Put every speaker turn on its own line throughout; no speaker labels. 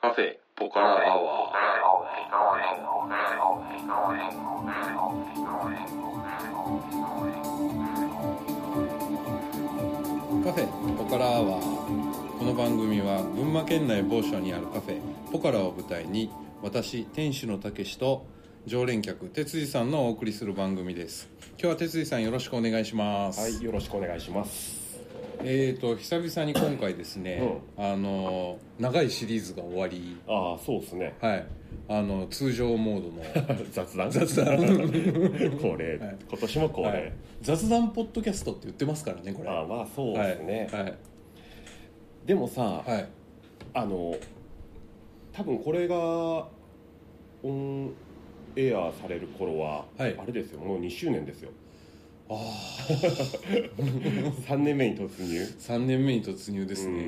カフェポカラアワーカフェポカラアワーこの番組は群馬県内某所にあるカフェポカラを舞台に私店主のたけしと常連客哲司さんのお送りする番組です今日は哲司さんよろしくお願いします、
はい、よろしくお願いします。
えーと久々に今回ですね、あの長いシリーズが終わり
ああ、そうです ね。
はいあの通常モードの
雑談。
雑談
恒例、
はい
今年も恒例。
はい雑談ポッドキャストって言ってますからねこれ
ああ、まあ、そうですね、
はい
でもさ、
はいはい
あの。多分これが。オン。エアされる頃は、
はい
あれですよ。もう2周年ですよ。
あ
3年目に突入。
あ3年目に突入で
です
ね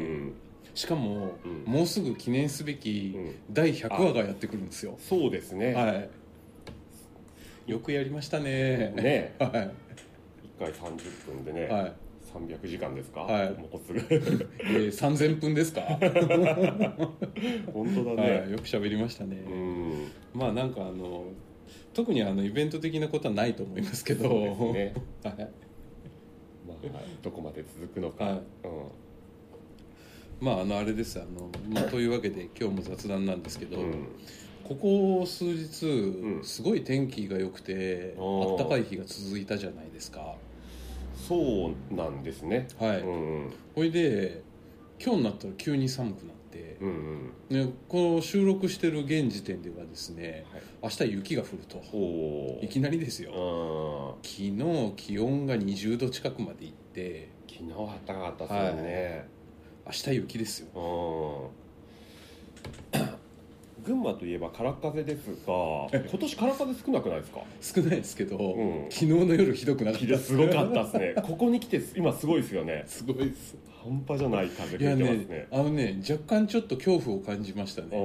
しかも、
うん
もうすぐ記念すべき
うん。
第100話がやってくるんですよ
そうですね。
はいよくやりましたね
ね、
は
1回30分でね、
い、はい
300時間ですか、
はい
もうす
え
ぐ
ー、3000分ですか、
本当だね、
はい、よく喋りましたね、
うん
まあなんかあの特にあのイベント的なことはないと思いますけど
そうですね
はい、
まあ、どこまで続くのか、
はい
うん
まああのあれですあの、まあ、というわけで今日も雑談なんですけど、
うん
ここ数日、
ん
すごい天気が良くて
あー
あったかい日が続いたじゃないですか
そうなんですね、
はい、
うんうん
ほいで今日になったら急に寒くなって、
うんうん
ね、この収録してる現時点ではですね
はい、
明日雪が降ると
おー
いきなりですよ
うん
昨日気温が20度近くまで行って
昨日は暖かかったですよね、
明日雪ですよ
うん群馬といえば空っ風ですが今年空っ風少なくないですか、
少ないですけど、
うん、
昨日の夜ひどくなかった
すごかったですねここに来て今すごいですよね
すごいです
半端じゃない風
い
吹
や
いてますね
ねあのね若干ちょっと恐怖を感じました
う
ね
ん
あ
は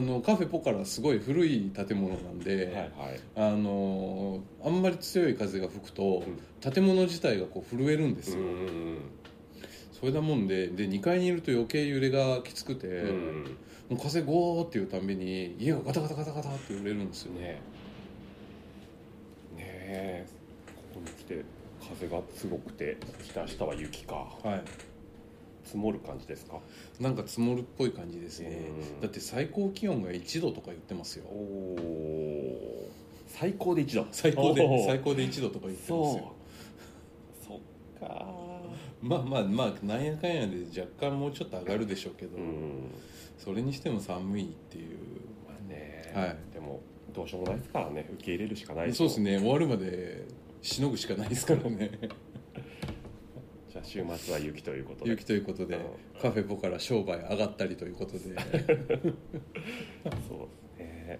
のカフェポカラすごい古い建物なん
い
で、
はい
あのあんまり強い風が吹くと、建物自体がこう震えるんです
う
よ、
んうん
それだもんでで2階にいると余計揺れがきつくて、
うんうん
もう風ゴーっていうたんびに家がガタガタガタガタって揺れるんですよね
ねえねえここに来て風がすごくてそして明日は雪か
はい
積もる感じですか
なんか積もるっぽい感じですね、
うん
だって最高気温が1度とか言ってますよ
おお最高で一度
最高
お
で
ー
最高で1度とか言ってますよ
そうそっか
まあまあまあなんやかんやで若干もうちょっと上がるでしょうけど、
うん
それにしても寒いっていう
まあね、
はい
でもどうしようもないですからね受け入れるしかない
そうです
ね
ね終わるまでしのぐしかないですからね
じゃあ週末は雪ということ で
雪ということで
うん
カフェポから商売上がったりということで
そうですね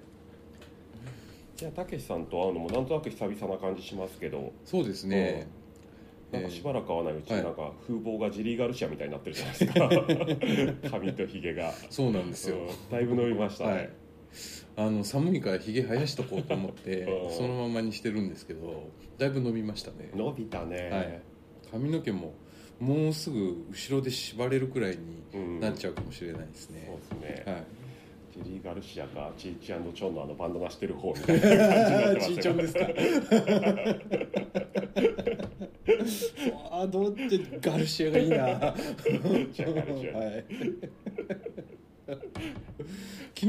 じゃあたけしさんと会うのもなんとなく久々な感じしますけど
そうですね、
なんかしばらく会わないうち
は
に
い
なんか風貌がジリーガルシアみたいになってるじゃないです か髪とひげが
そうなんですよ、
うんだいぶ伸びましたね、
はいあの寒いからひげ生やしとこうと思って
うん
そのままにしてるんですけどだいぶ伸びましたね
伸びたね、
髪の毛ももうすぐ後ろで縛れるくらいに
うん
なっちゃうかもしれないですね
そう、ですね、
はい
ジリーガルシアかチーチーチョンのあのバンドがしてる方みたいな感じに なってます
ち
よ
いちゃんですかあーどうってガルシアがいいな
チーガルシア、
はい昨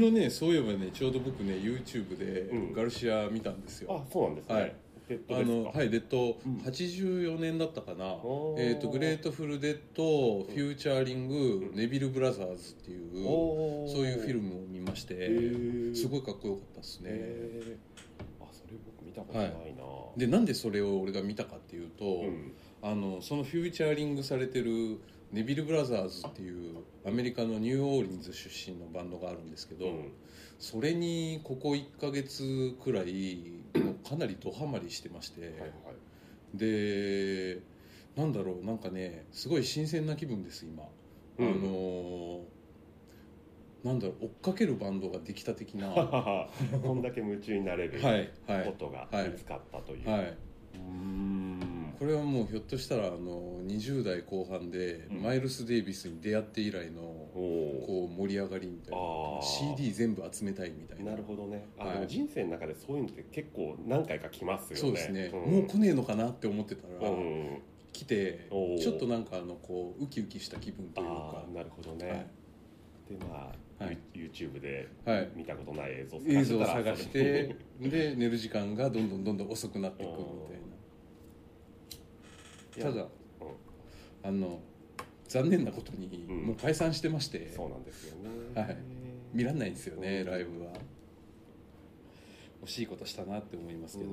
日ねそういえばねちょうど僕ね YouTube
うん
でガルシア見たんですよ、
あそうなんですね、
はい
ペット
あ
ですか
のはい、デッド
うん
84年だったかな、
おー
えー、とグレートフル・デッドフューチャーリング、
うん
ネビル・ブラザーズっていう
おー
そういうフィルムを見まして、
へー
すごいかっこよかったですね、
へーあそれ僕見たことないな、
でなんでそれを俺が見たかっていうと、
うん
あのそのフューチャーリングされてるネビル・ブラザーズっていうアメリカのニューオーリンズ出身のバンドがあるんですけど、
うん
それにここ1ヶ月くらいもうかなりドハマりしてまして、
はいはい
でなんだろうなんかねすごい新鮮な気分です今、
うん
あのーなんだろう追っかけるバンドができた的 なは
こんだけ夢中になれ
い
る
はいはい
ことが見つかったという、
はいう
ーん
これはもうひょっとしたらあの20代後半で
うん
マイルス・デイビスに出会って以来の
おお
こう盛り上がりみたいな
ああ
CD 全部集めたいみたいな
なるほどねあ、
はい
でも人生の中でそういうのって結構何回か来ますよね
そうですね、
ん
もう来ねえのかなって思ってたら、
うん
来て
おー
ちょっとなんかあのこうウキウキした気分という
あ
か
あなるほどね、
はい
でまあ、
はい
You- YouTube で
はい
見たことない映像
映
探して
像を
たら
探 してで寝る時間がどんどんどんどん遅くなっていくみたいな
いや
ただ
うん
あの残念なことに
うん
もう解散してまして、
そうなんですよね
はい見らんないんですよね、
うん
ライブは惜しいことしたなって思いますけど、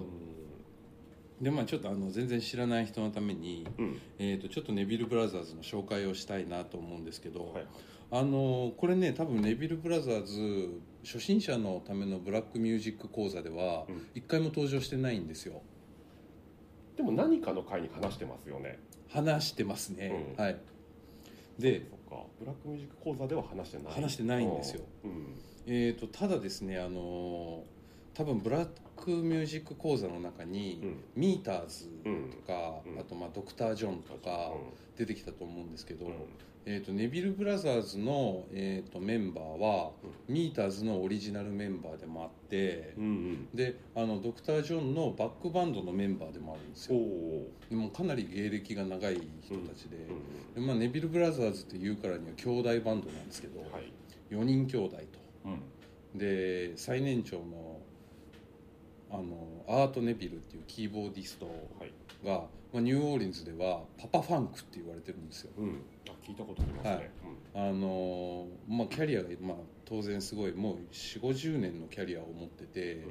でまあちょっとあの全然知らない人のために、
うん、
えー、とちょっとネビル・ブラザーズの紹介をしたいなと思うんですけ
う
ど、
ん、はい
あのこれね多分ネビル・ブラザーズ初心者のためのブラックミュージック講座では
うん
一回も登場してないんですよ
でも何かの回に話してますよね
話してますね、
うん
はいで
そっかブラックミュージック講座では話してない
話してないんですよ、
うん
えー、とただですねあの多分ブラックミュージック講座の中に、
うん
ミーターズとか、
うんうん
あとまあドクター・ジョンとか出てきたと思うんですけど、
うんうん
えー、とネビル・ブラザーズの、えー、とメンバーは、ミーターズのオリジナルメンバーでもあって
う、ん
であのドクター・ジョンのバックバンドのメンバーでもあるんです
うんお
よ
お
でもかなり芸歴が長い人たちで,で、
う
まあ、ネビル・ブラザーズっていうからには兄弟バンドなんですけど、
んはい
4人兄弟
うん
とで最年長のあのアート・ネビルっていうキーボーディスト
はい
が、まあ、ニューオーリンズではパパファンクって言われてるんですよ
うんあ聞いたことありますね、
はいあの、まあ、キャリアが、まあ、当然すごいもう4 5 0年のキャリアを持ってて、
うん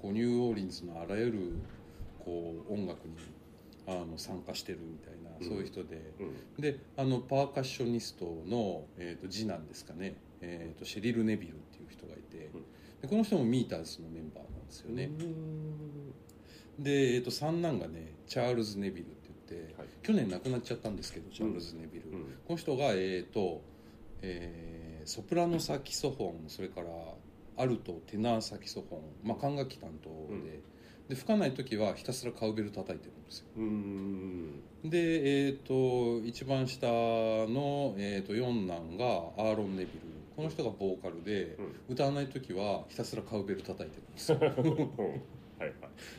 こうニューオーリンズのあらゆるこう音楽にあの参加してるみたいな、
うん
そういう人で
うんうん
であのパーカッショニストの、えー、と次男ですかね、えー、とシェリル・ネビルっていう人がいて、
うん
でこの人もミーターズのメンバーなんですよね、
うん
で、えー、と三男がねチャールズ・ネビルって言って
はい
去年亡くなっちゃったんですけどチャールズ・ネビル、
うん
この人がえっ、と、えーソプラノサキソフォンそれからアルトテナーサキソフォン、まあ、管楽器担当で,、
うん
で吹かない時はひたすらカウベル叩いてるんですよ
うん
でえっ、と一番下の、えー、と四男がアーロン・ネビルこの人がボーカルで
うん
歌わない時はひたすらカウベル叩いてるんですよ
はいはい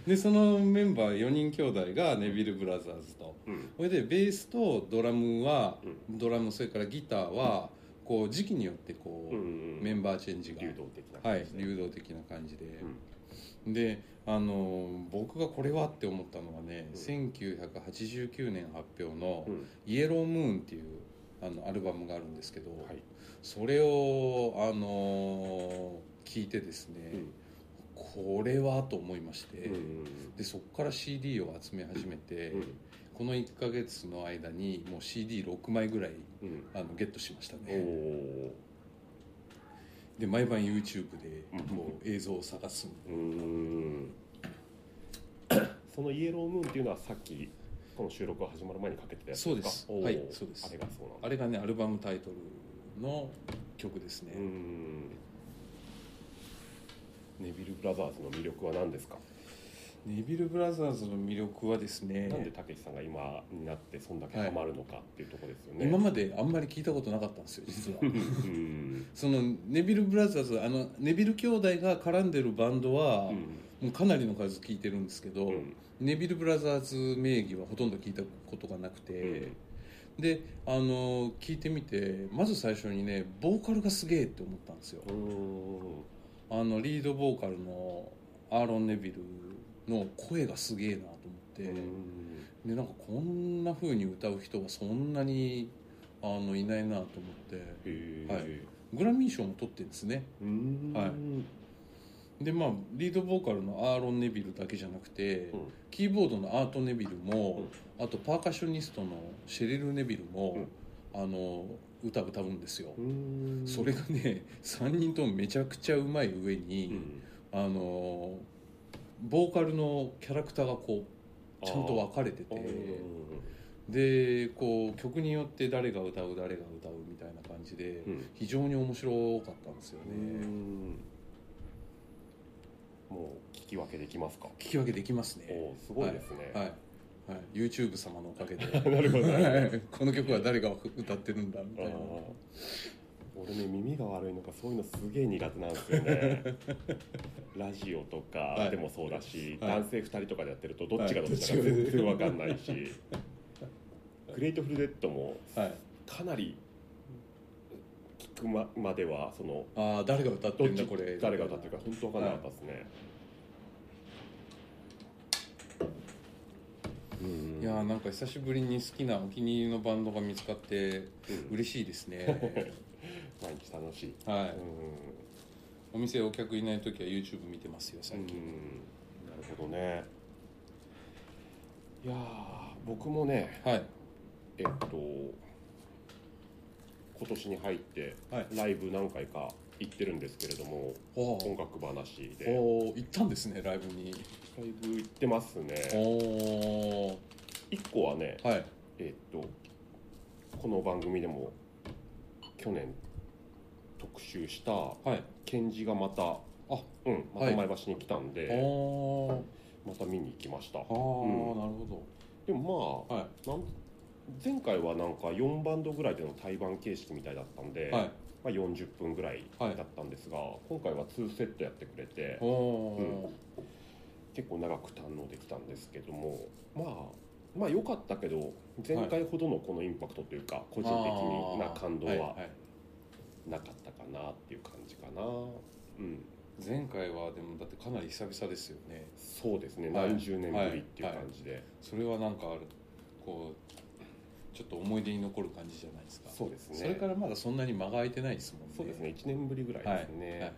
でそのメンバー4人兄弟がネビル・ブラザーズと
うん
それでベースとドラムは
うん
ドラムそれからギターはこう時期によってこう、
うん
メンバーチェンジが
流動的な
は
感
い
じで
流動的な感じで、であの僕がこれはって思ったのはね、
うん
1989年発表の
うん
「イエロームーン」っていうあのアルバムがあるんですけど、
はい
それをあの聞いてですね、
うん
これはと思いまして、
うん
でそこから CD を集め始めて、
うん
この1ヶ月の間にもう CD6 枚ぐらい
うん
あのゲットしました
お
ね
お
で毎晩 YouTube で
うん
こう映像を探す
うーんそのイエロームーンっていうのはさっきこの収録が始まる前にかけてたやつ
そうです
おー
はいそうです
あれがそうなんだ
あれがねアルバムタイトルの曲ですね、
うーんネビルブラザーズの魅力は何ですか、
ネビル・ブラザーズの魅力はですね
なんでたけしさんが今になってそんだけハマるのかっていうところですよね、
今まであんまり聞いたことなかったんですよ実は
うん
そのネビル・ブラザーズあのネビル兄弟が絡んでるバンドは、
うん
もうかなりの数聞いてるんですけど、
うん
ネビル・ブラザーズ名義はほとんど聞いたことがなくて、であの聞いてみてまず最初にねボーカルがすげえって思ったんですよ
うーん
あのリードボーカルのアーロン・ネビルの声がすげえなと思
う
っ
ー
て、
ん
でなんかこんな風に歌う人はそんなにあのいないなと思って
へー
はいグラミー賞も取ってるんですね
うーん
はいでまあリードボーカルのアーロン・ネビルだけじゃなくて、
うん
キーボードのアート・ネビルも、あとパーカッショニストのシェリル・ネビルも、あの歌歌うんですよ、
うーん
それがね3人ともめちゃくちゃうまい上
う
に、
ん
あのボーカルのキャラクターがこうちゃんと分かれて
あー
てでこう曲によって誰が歌う誰が歌うみたいな感じで
うん
非常に面白かったんですよ
う
ね
んもう聞き分けできますか。
聞き分けできます
お
ね
お、すごいですね。
はいはい、YouTube 様のおか げで
なるほどなるほど
この曲は誰が歌ってるんだみたい
あ
な
ー俺ね耳が悪いのかそういうのすげえ苦手なんですよ ねラジオとか
い
でもそうだし、
はい
男性2人とかでやってるとどっちが
はい
どっちだか
どっちが
全然わかんないし、グレートフルデッドも
はい、
かなり聞くままではその
ああ誰が歌って
どっ
るんだ
ち
これ
誰が歌ってるか本当わかんなかったですね、うん
いやーなんか久しぶりに好きなお気に入りのバンドが見つかって
うん
嬉しいです ね
毎日楽しい、
は
う
い
ん
お店お客いない時は YouTube 見てますよ最
うん
近、
なるほどねいやー僕もね
はい
えっと今年に入って
はい
ライブ何回か行ってるんですけれども
お
音
お
楽話で
おお行ったんですねライブに
ライブ行ってます
お
ね
お
1個はね
はい
えっとこの番組でも去年特集した
はい
賢治がまた
あ
うん、ま
は
た
い
前橋に来たんで、
おお
また見に行きました
ああー、
うん
なるほ
でもまあ
どは
なん前回はなんか4バンドぐらいでの対バン形式みたいだったんで、
いはい
まあ、40分ぐらいだ
はい
ったんですが、今回は2セットやってくれて
おお
結構長く堪能できたんですけどもまあまあ良かったけど前回ほどのこのインパクトというか、
個
個人的な感動はい
はい
なかったかなっていう感じかな、うん、
前回はでもだってかなり久々ですよね
そうですね、
はい
何十年ぶりっていう感じで、
それはなんかあるこうちょっと思い出に残る感じじゃないですか
そうですね
それからまだそんなに間が空いてないですもんね
そうですね1年ぶりぐらいですね、
はい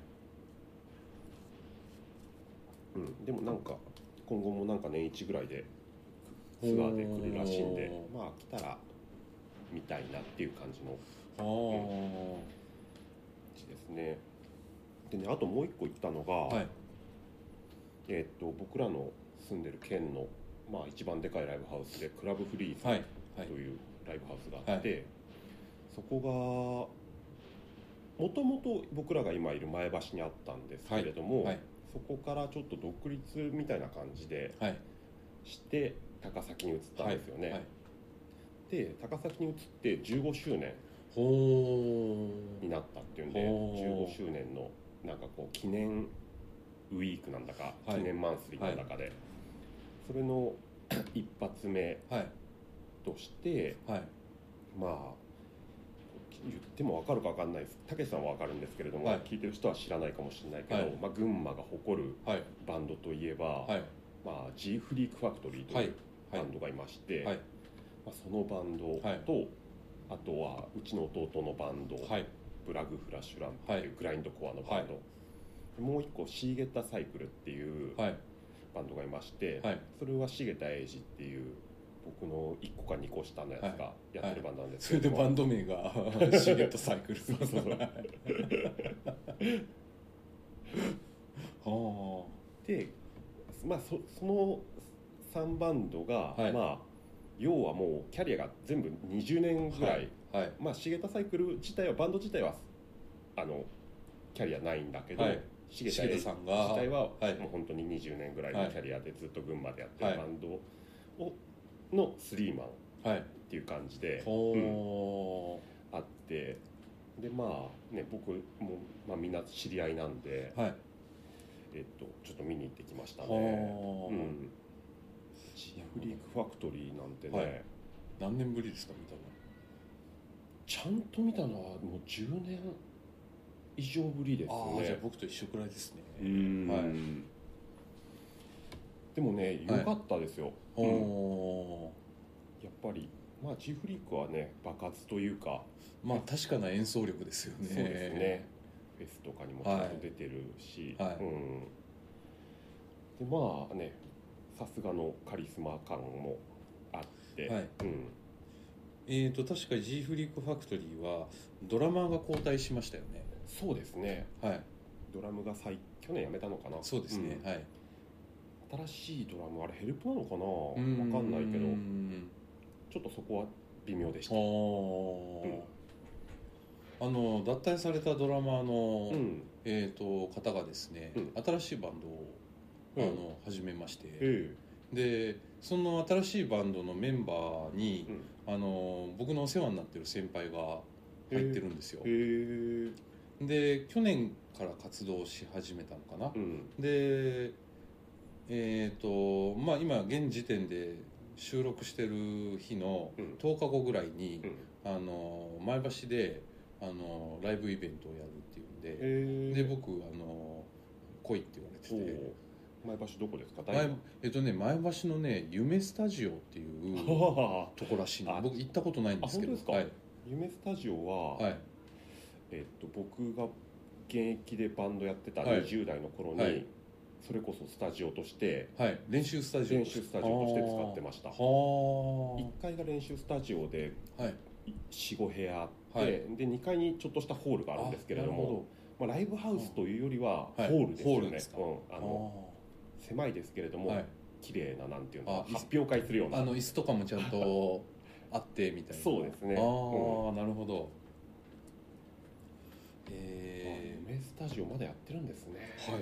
うん、でもなんか今後もなんか年一ぐらいでツアーで来るらしいんで
おー
まあ来たら見たいなっていう感じのう
あー
ちですねでねあともう一個行ったのが、
はい
えーっと僕らの住んでる県の、まあ、一番でかいライブハウスでクラブフリーズ
はいはい
というライブハウスがあって、そこがもともと僕らが今いる前橋にあったんですけれども、
はい
そこからちょっと独立みたいな感じで
はい
して高崎に移ったんですよね、
はい
で高崎に移って15周年
ほ
になったっていうんで
おー
15周年のなんかこう記念ウィークなんだか、
はい
記念マンスリーなんだかで、それの 一発目
ーはい
として
はい
まあ言っても分かるか分かんないですたけしさんは分かるんですけれども、
はい
聞いてる人は知らないかもしれないけど、
はい
まあ、群馬が誇る
はい
バンドといえば、
はい
まあ、G フリークファクトリーと
はいいう
バンドがいまして、
はい
まあ、そのバンドと、
はい
あとはうちの弟のバンド、
はい
ブラグフラッシュランプって
はい
いうグラインドコアのバンド、もう一個シーゲッタサイクルっていう
はい
バンドがいまして、
はい
それはシゲタエイジっていう僕の1個か2個下のやつがやってるバンドなんです
そ
け
れ
れ
で
ども、
バンド名がシーゲットサイクル
そうそうそう
は
で、まあ、そその3バンドが、
はい
まあ要はもうキャリアが全部20年ぐらい、
あはい
まあシゲタサイクル自体はバンド自体はあのキャリアないんだけど、
はい
シゲ
重
タエイ
田
ジ
さんが
自体は
はい
もう本当に20年ぐらいのキャリアでずっと群馬でやって
は
る
い
バンドをのスリーマンっ
はい
ていう感じで
ほ
あってでまあね僕も、まあ、みんな知り合いなんで、
ーはい
えっと、ちょっと見に行ってきましたね。
ほ
う
ー
ん、フリークファクトリーなんてね、
はい何年ぶりですか見たの
ちゃんと見たのはもう10年以上ぶりです
ああじゃあ
ね。
僕と一緒くらいですね
うん
はい
でもね良かったですよ。
お
うん
お
やっぱり、まあ、ジフリークはね爆発というか、
ーまあ確かな演奏力ですよね
そうですねフェスとかにもちゃんと出てるし、
はいはい
うん、でまあねさすがのカリスマ感もあって、
はい
うん、
えーと確か G フリークファクトリーはドラマーが交代しましたよね
そうですね
はい
ドラムが最去年やめたのかな
そうですね、
ん
はい
新しいドラムあれヘルプなのかなわかんないけど
うん
ちょっとそこは微妙でした、
はあ、あの脱退されたドラマーの、
うん
えー、と方がですね、
うん
新しいバンドを、
うん
あの始めまして、
え
でその新しいバンドのメンバーに
うん、
あの僕のお世話になってる先輩が入ってるんですよ
へえ
で去年から活動し始めたのかな
うん
でえっ、とまあ今現時点で収録してる日の
うん
10日後ぐらいに
う、ん
あの前橋であのライブイベントをやるっていうん
へ
で、で
え
僕あの来いって言わ
お
れてて
ー前橋どこですか
前えっとね前橋のね夢スタジオっていう
は
とこらしいの
あ
僕行ったことないんですけど
あ本当ですか
はい、
夢スタジオは、
はい、
えっと、僕が現役でバンドやってた
はい
20代の頃に、
はい
それこそスタジオとして
はい、練習スタジオ
練習スタジオとして使って
ま
ました
はあ
1階が練習スタジオで
はい
45部屋あって、
はい
で2階にちょっとしたホールがあるんですけれど
なる
もまあ、ライブハウスというよりはホ
はい
ールです
ホ
よ
ール
ね
です、か
うん、あの
ほ
狭いですけれど
ど
も、
はい
綺麗ななんていうの
あい
発表会するような
あの椅子とかもちゃん とあってみたいな
そうですね
ああ、
う
なるほど
あ
え
夢スタジオまだやってるんですね
はい
へ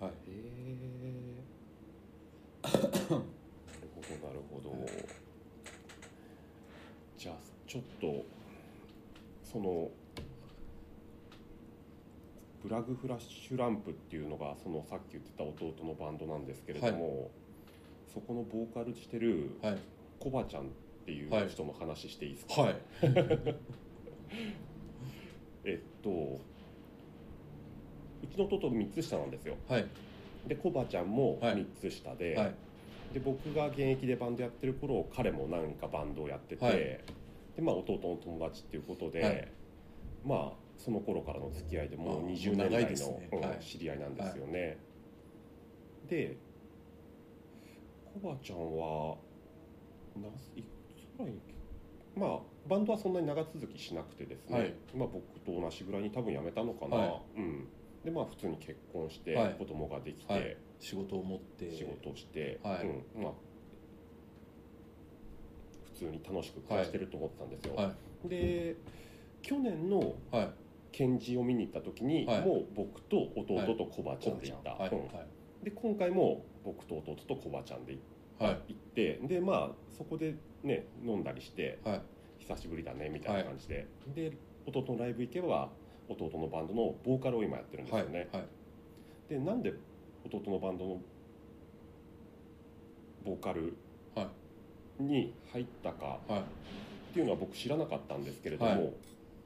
ー、はい
えなるほどなるほど、じゃあちょっとそのブラグフラッシュランプっていうのがそのさっき言ってた弟のバンドなんですけれども、そこのボーカルしてる
はい
コバちゃんっていう
はい
人の話していいですか、
はい
えっとうちの弟3つ下なんですよ
はい
でコバちゃんも
はい
3つ下で、
はい
で僕が現役でバンドやってる頃彼もなんかバンドをやってて、
はい
でまあ弟の友達っていうことで、
はい
まあその頃からの付き合いでも
あ
う20年
長い
来
です
の
ね、
うん
はい
知り合いなんですよね、でコバちゃんはないつぐらいにまあバンドはそんなに長続きしなくてですね、
はい
まあ、僕と同じぐらいに多分辞めたのかな、
はい
うん、でまあ普通に結婚して
はい
子供ができて、
はい仕事を持って
仕事をして、
はい
うんまあ、普通に楽しく暮らしてると思ってたんですよ、
は
で去年の
いはい
検事を見に行った時に、
はい
もう僕と弟とコバちゃんで行った、
はい
うんで今回も僕と弟とコバちゃんで
はい
行ってでまあそこでね飲んだりして
はい
久しぶりだねみたいな感じで、で弟のライブ行けば弟のバンドのボーカルを今やってるんです
はい
よね、
はい
でなんで弟のバンドのボーカル
は
に入ったか
はい
っていうのは僕知らなかったんですけれど
は
も
い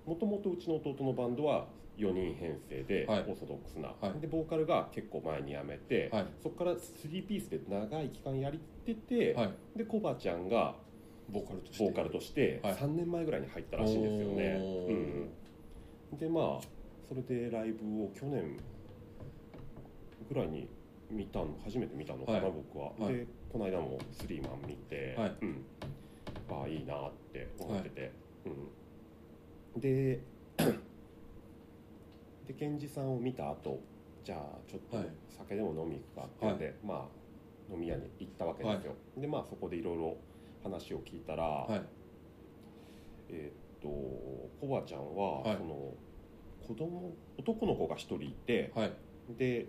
もともとうちの弟のバンドは4人編成でオ
はい
ーソドックスな、
はい
でボーカルが結構前に辞めて、
はい
そこから3ピースで長い期間やりてて、
はい
でコバちゃんが
ボーカルとして
ボーカルとして
はい
3年前ぐらいに入ったらしいんですよね。
おー
うんでまあそれでライブを去年ぐらいに見たの初めて見たのかな、
はい
僕は、
はい
でこの間もスリーマン見て、
はい
うん、ああいいなって思ってて、うん、で で健二さんを見た後じゃあちょっ
はい
と酒でも飲み行くかっていうんで、まあ飲み屋に行ったわけですよ、でまあそこでいろいろ話を聞いたら、
はい
えーっとコバちゃんは、
はい
その子供男の子が1人いて
はい
で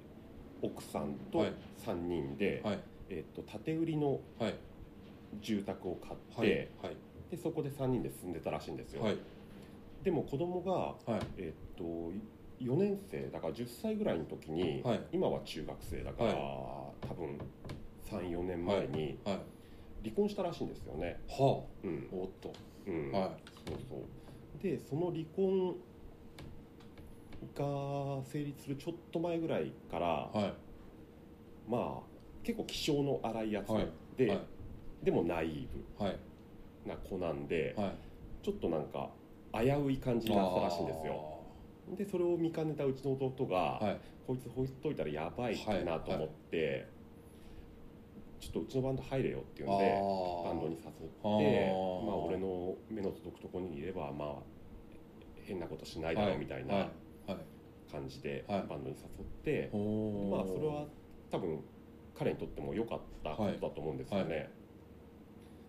奥さんと
はい
3人で、
はい
えーっと建て売りの
はい
住宅を買って、
はいはい
でそこで3人で住んでたらしいんですよ、
はい
でも子供が、
はい
えーっと4年生だから10歳ぐらいの時に、
はい
今は中学生だから、
はい
多分34年前に
はい
離婚したらしいんですよね、
は
うん
あおっと
うん
はい
そうそうでその離婚が成立するちょっと前ぐらいから、
はい
まあ結構気性の荒いやつ
はい
で、
はい
でもナイー
はい
ブな子なんで、
はい
ちょっとなんか危うい感じになったらしいんですよでそれを見かねたうちの弟が、
あーはい
こいつほいといたらやばいなと思って、ちょっとうちのバンド入れよって言うんでバンドに誘って
あー
まあ、俺の目の届くところにいれば、まあ、変なことしな
あ
い
ー
だろうみたい
は
ない
はい
感じで
は
バ
い
ンドに誘って、
おー
まあ、それは多分彼にとっても良かったことだと思うんですよね、
は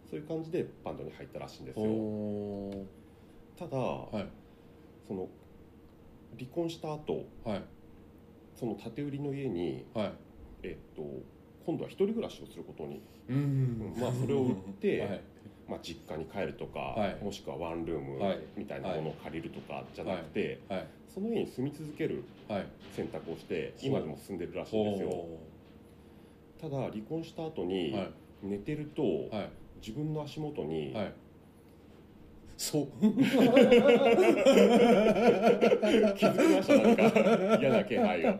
そういう感じでバンドに入ったらしいんですよ
おー
ただ、
はい
その離婚した後
はい
その建て売りの家に、
はい
えっと今度は一人暮らしをすることに、
うんうん
まあそれを売って
はい
まあ、実家に帰るとか、
はい
もしくはワンルーム
はい
みたいなものを借りるとかじゃなくて、
はい
その家に住み続ける
はい
選択をして
そう
今でも住んでるらしいんですよただ離婚した後
おー
に
はい
寝てると、
は
自分の足元に、
いはいそう
気づきましたな んか嫌な気配が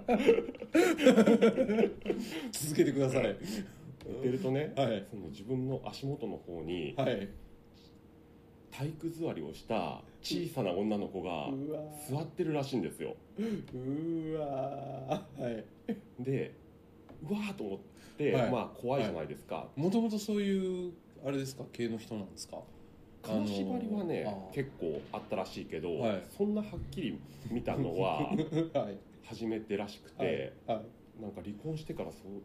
続けてください
寝てるとね
はい
その自分の足元の方に
はい
体育座りをした小さな女の子が
うわ
座ってるらしいんですよ
うわはい
でうわーと思って、
はい
まあ怖いじゃないですか、
もともとそういうあれですか系の人なんですか
金縛りはね、
あのー
結構あったらしいけど、
はい
そんなはっきり見た のは
はい
初めてらしくて、
は
なんか離婚してからそう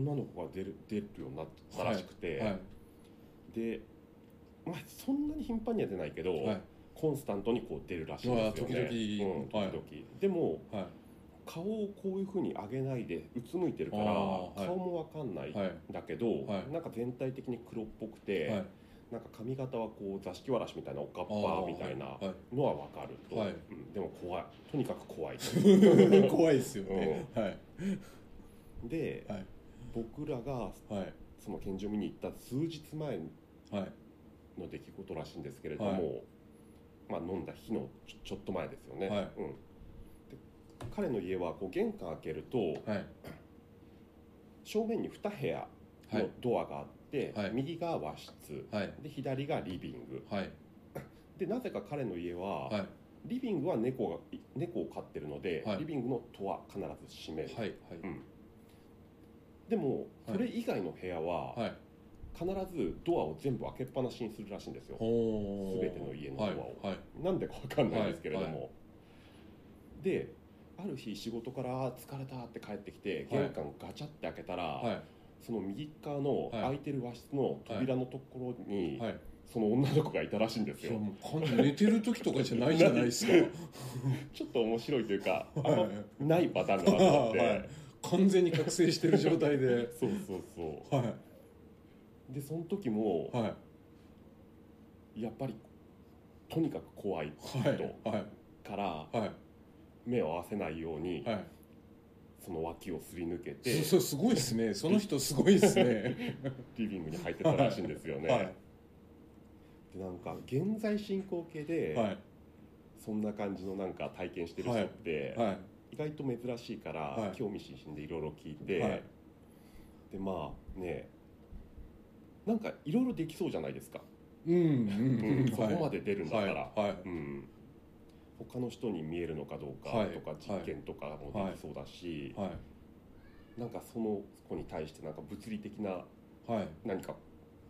女の子が出る出るようになったらしくて、
いはい
で、まあ、そんなに頻繁には出ないけど、
はい
コンスタントにこう出るらしいんですよね
うわ時々
うん時々
はい
でも
は
顔をこういうふうに上げないでうつむいてるから
あーはい
顔もわかんない、
いはい
だけど、
はい
なんか全体的に黒っぽくて、
はい
なんか髪型はこう座敷わらしみたいなおかっ
あー
ぱみたいな
は
のはわかると、
はい
うんでも怖いとにか く怖いと
い怖いですよねはい
で、
はい
僕らが
はい
その献上見に行った数日前
はい
の出来事らしいんですけれども、
はい
まあ、飲んだ日のちょちょっと前ですよね、
はい
うん、で彼の家はこう玄関開けると
はい
正面に2部屋
は
の
い
ドアがあって、
はい
右が和室
はい
で左がリビング
はい
でなぜか彼の家は、
はい
リビングは猫が猫を飼ってるので、
はい
リビングの戸は必ず閉める、
はい
でも
はい
それ以外の部屋は、
はい
必ずドアを全部開けっぱなしにするらしいんですよ
ほー
全ての家のドアを
はい
なんでかわかんないですけれども、
はい
である日仕事から疲れたって帰ってきて
はい
玄関ガチャって開けたら、
はい
その右側の
はい
開いてる和室の扉のところに、
はい
その女の子がいたらしいんです
いや
よ
もう完全に寝てる時とかじゃないじゃないですか
ちょっと面白いというかあ ん
は
ま
い
ないパターンだなと思って、
はい完全に覚醒してる状態で
そうそうそ
は
うでその時も
いはい
やっぱりとにかく怖い
はいはい
から
はい
目を合わせないように
はい
その脇をすり抜けて
そそうすごいですねその人すごいです ね
リビングに入ってたらしいんですよね、
はい
でなんか現在進行形で、
はい
そんな感じのなんか体験してる人って、
は
意外と珍しいから、
はい
興味津々でいろいろ聞いて、
はい
でまあねなんかいろいろできそうじゃないですか、
いうん うん
う
うんん
そこまで出るんだから、
はいはい
うん、他の人に見えるのかどうか
はい
とか、実験とかもできそうだし、
はい
なんかその子に対してなんか物理的な
はい
何か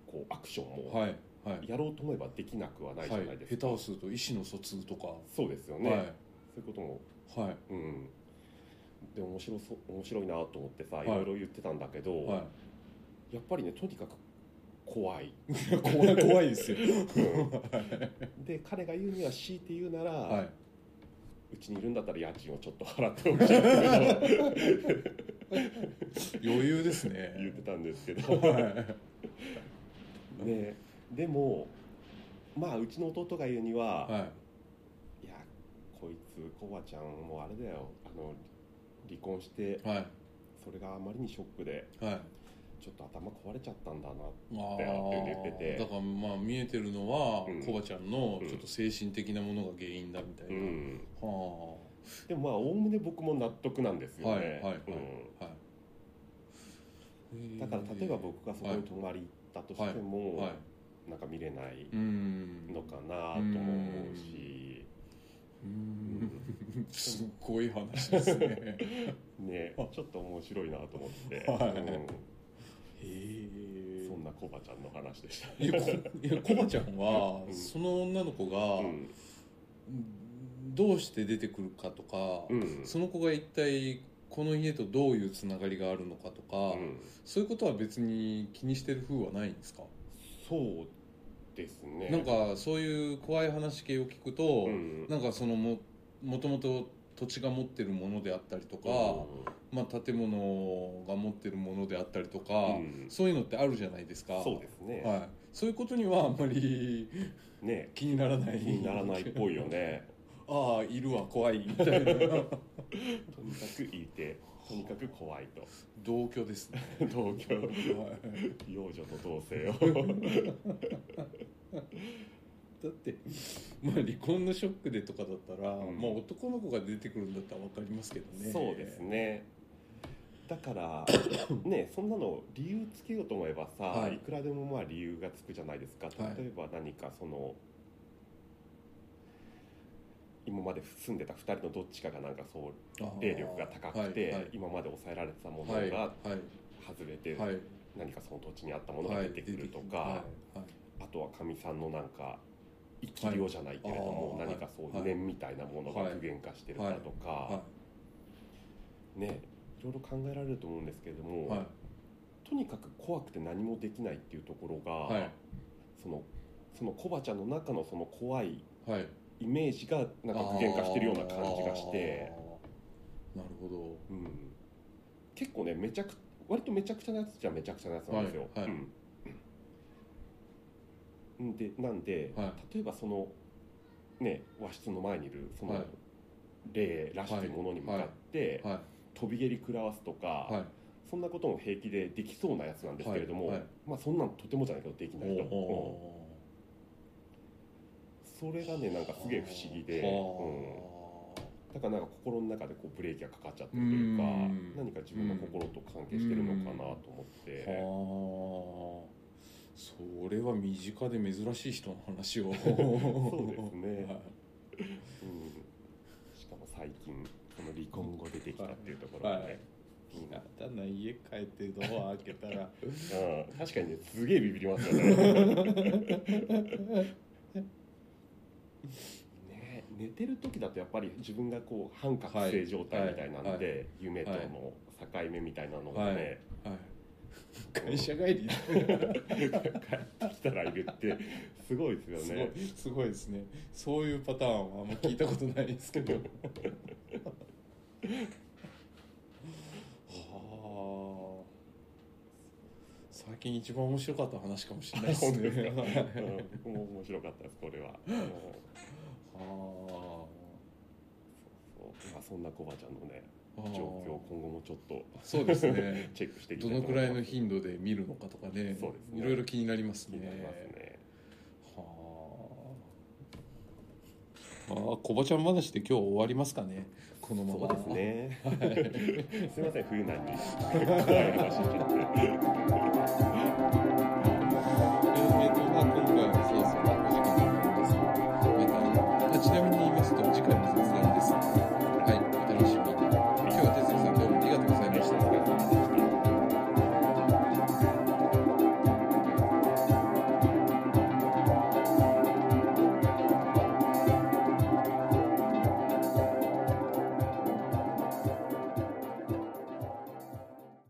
こうアクションも
はいはい
やろうと思えばできなくはないじゃ
は
ない
い
です
下
か、
手をすると意思の疎通とか
そうですよね、
はい
そういうことも
はい
うんで面白そう面白いなと思って
い
さいろいろ言ってたんだけど、
は
やっぱりねとにかく怖い
いいや 怖い怖いですよ
で彼が言うには強いて言うなら、
はいう
ちにいるんだったら家賃をちょっと払ってほしいっていうのを
余裕ですね
言ってたんですけど
は
ねでもまあうちの弟が言うには、
いはい
い、やこいつコバちゃんもあれだよあの離婚して
はい
それがあまりにショックで
はい
ちょっと頭壊れちゃったんだな
あ
だよっていうの言って
ー
て
だからまあ見えてるのは
うん
コバちゃんの
うん
ちょっと精神的なものが原因だみたいな、
うん
は
でもまあおおむね僕も納得なんですよね、
はいはいはい
うん
あはい
だから例えば僕がそこに泊まり行ったとしても、
はい
なんか見れない
うん
のかなとも思うし、
うーんすっごい話ですね
ね
あ
ちょっと面白いなと思って、
はいへ
うん
え
そんなコバちゃんの話でした、
いやこいやコバちゃんは
うん
その女の子が
うん
どうして出てくるかとか、
うん
その子が一体この家とどういうつながりがあるのかとか、
うん
そういうことは別に気にしてる風はないんですか、
そうですね
なんかそういう怖い話系を聞くと、
うん
なんかそのももともと土地が持ってるものであったりとか、まあ、建物が持ってるものであったりとか、
うん
そういうのってあるじゃないですか
そうですね、
はい、そういうことにはあんまり
ね
気にならない
気にならないっぽいよね
ああいるわ怖いみたい な
とにかくいてとにかく怖いと
同居です ね、
同居
はい
幼女と同 性を
だって、まあ、離婚のショックでとかだったら、
うん
まあ、男の子が出てくるんだったら分かりますけどね
そうですねだからねそんなの理由つけようと思えばさ、
はい
い、くらでもまあ理由がつくじゃないですか
はい
例えば何かその、今まで住んでた2人のどっちかがなんかそう
ああ
霊力が高くて、
はいはい
今まで抑えられてたもの
はい
が
はい
外れて、
はい
何かその土地にあったものが出てくるとか、
はいはい
あとはかみさんのなんか生き量じゃないけれども、
はいあー
何かそう
はい
念みたいなものが
はい
具現化してるだとか、
は
ねいろいろ考えられると思うんですけれども、
いはい
とにかく怖くて何もできないっていうところが、
はい
そのそのコバちゃんの中のその怖い
はい
イメージがなんか具現化してるような感じがして、
あーなるほ
うん、結構ねめちゃく割とめちゃくちゃなやつじゃめちゃくちゃなやつなんですよ。
はいはい
うん、んでなんで、
はい
例えどそのね和室の前にいるそ
はい
の霊らしきものに向かって、
どはい
飛び蹴り食らわすとか。
はい
そんなことも平気でできそうなやつなんですけれども、
はいはい
まあそんなんとてもじゃないけどできないと、
おお
うんそれがねなんかすげえ不思議で、う
は
ん、だからなんか心の中でこうブレーキがかかっちゃってるというか
うん
何か自分の心と関係してるのかなと思
あ
って、
それは身近で珍しい人の話 を
そうですね
はい
うんしかも最近この離婚後出てきたっていうところがね、
はいただ家帰ってドア開けた ら
うん、確かにねすげえビビります よねね寝てる時だとやっぱり自分がこう半覚醒状態みたいなので、夢との境目みたいなのがね、
はい会社帰り
帰ってきたらいるってすごいですよ
すご
ね
いすごいですねそういうパターンはあんま聞いたことないですけ どはあ最近一番面白かった話かも しれないです
本当です
ね
か、
はい
うん、僕も面白かったですこれはも
は
うそうまあそんなコバちゃんのね
あ
状況
は
今後もちょっと
あそうです ね
チェックしていきた
ど
い
の
と思
くらい
ま
の
す
頻度で見るのかとかね
そうですね
いろいろ気になります
気になりま
ね
すね
はああー小バちゃん話で今日終わりますかねこのまま
そうですね。すみません、冬なに。答えまし
えっと、まあ、今回はそうそう、6時間になりますので、また、あちなみに言いますと、次回の雑談です。はい、お楽しみに。今日は哲也さん、どうもありがとうございました。
た。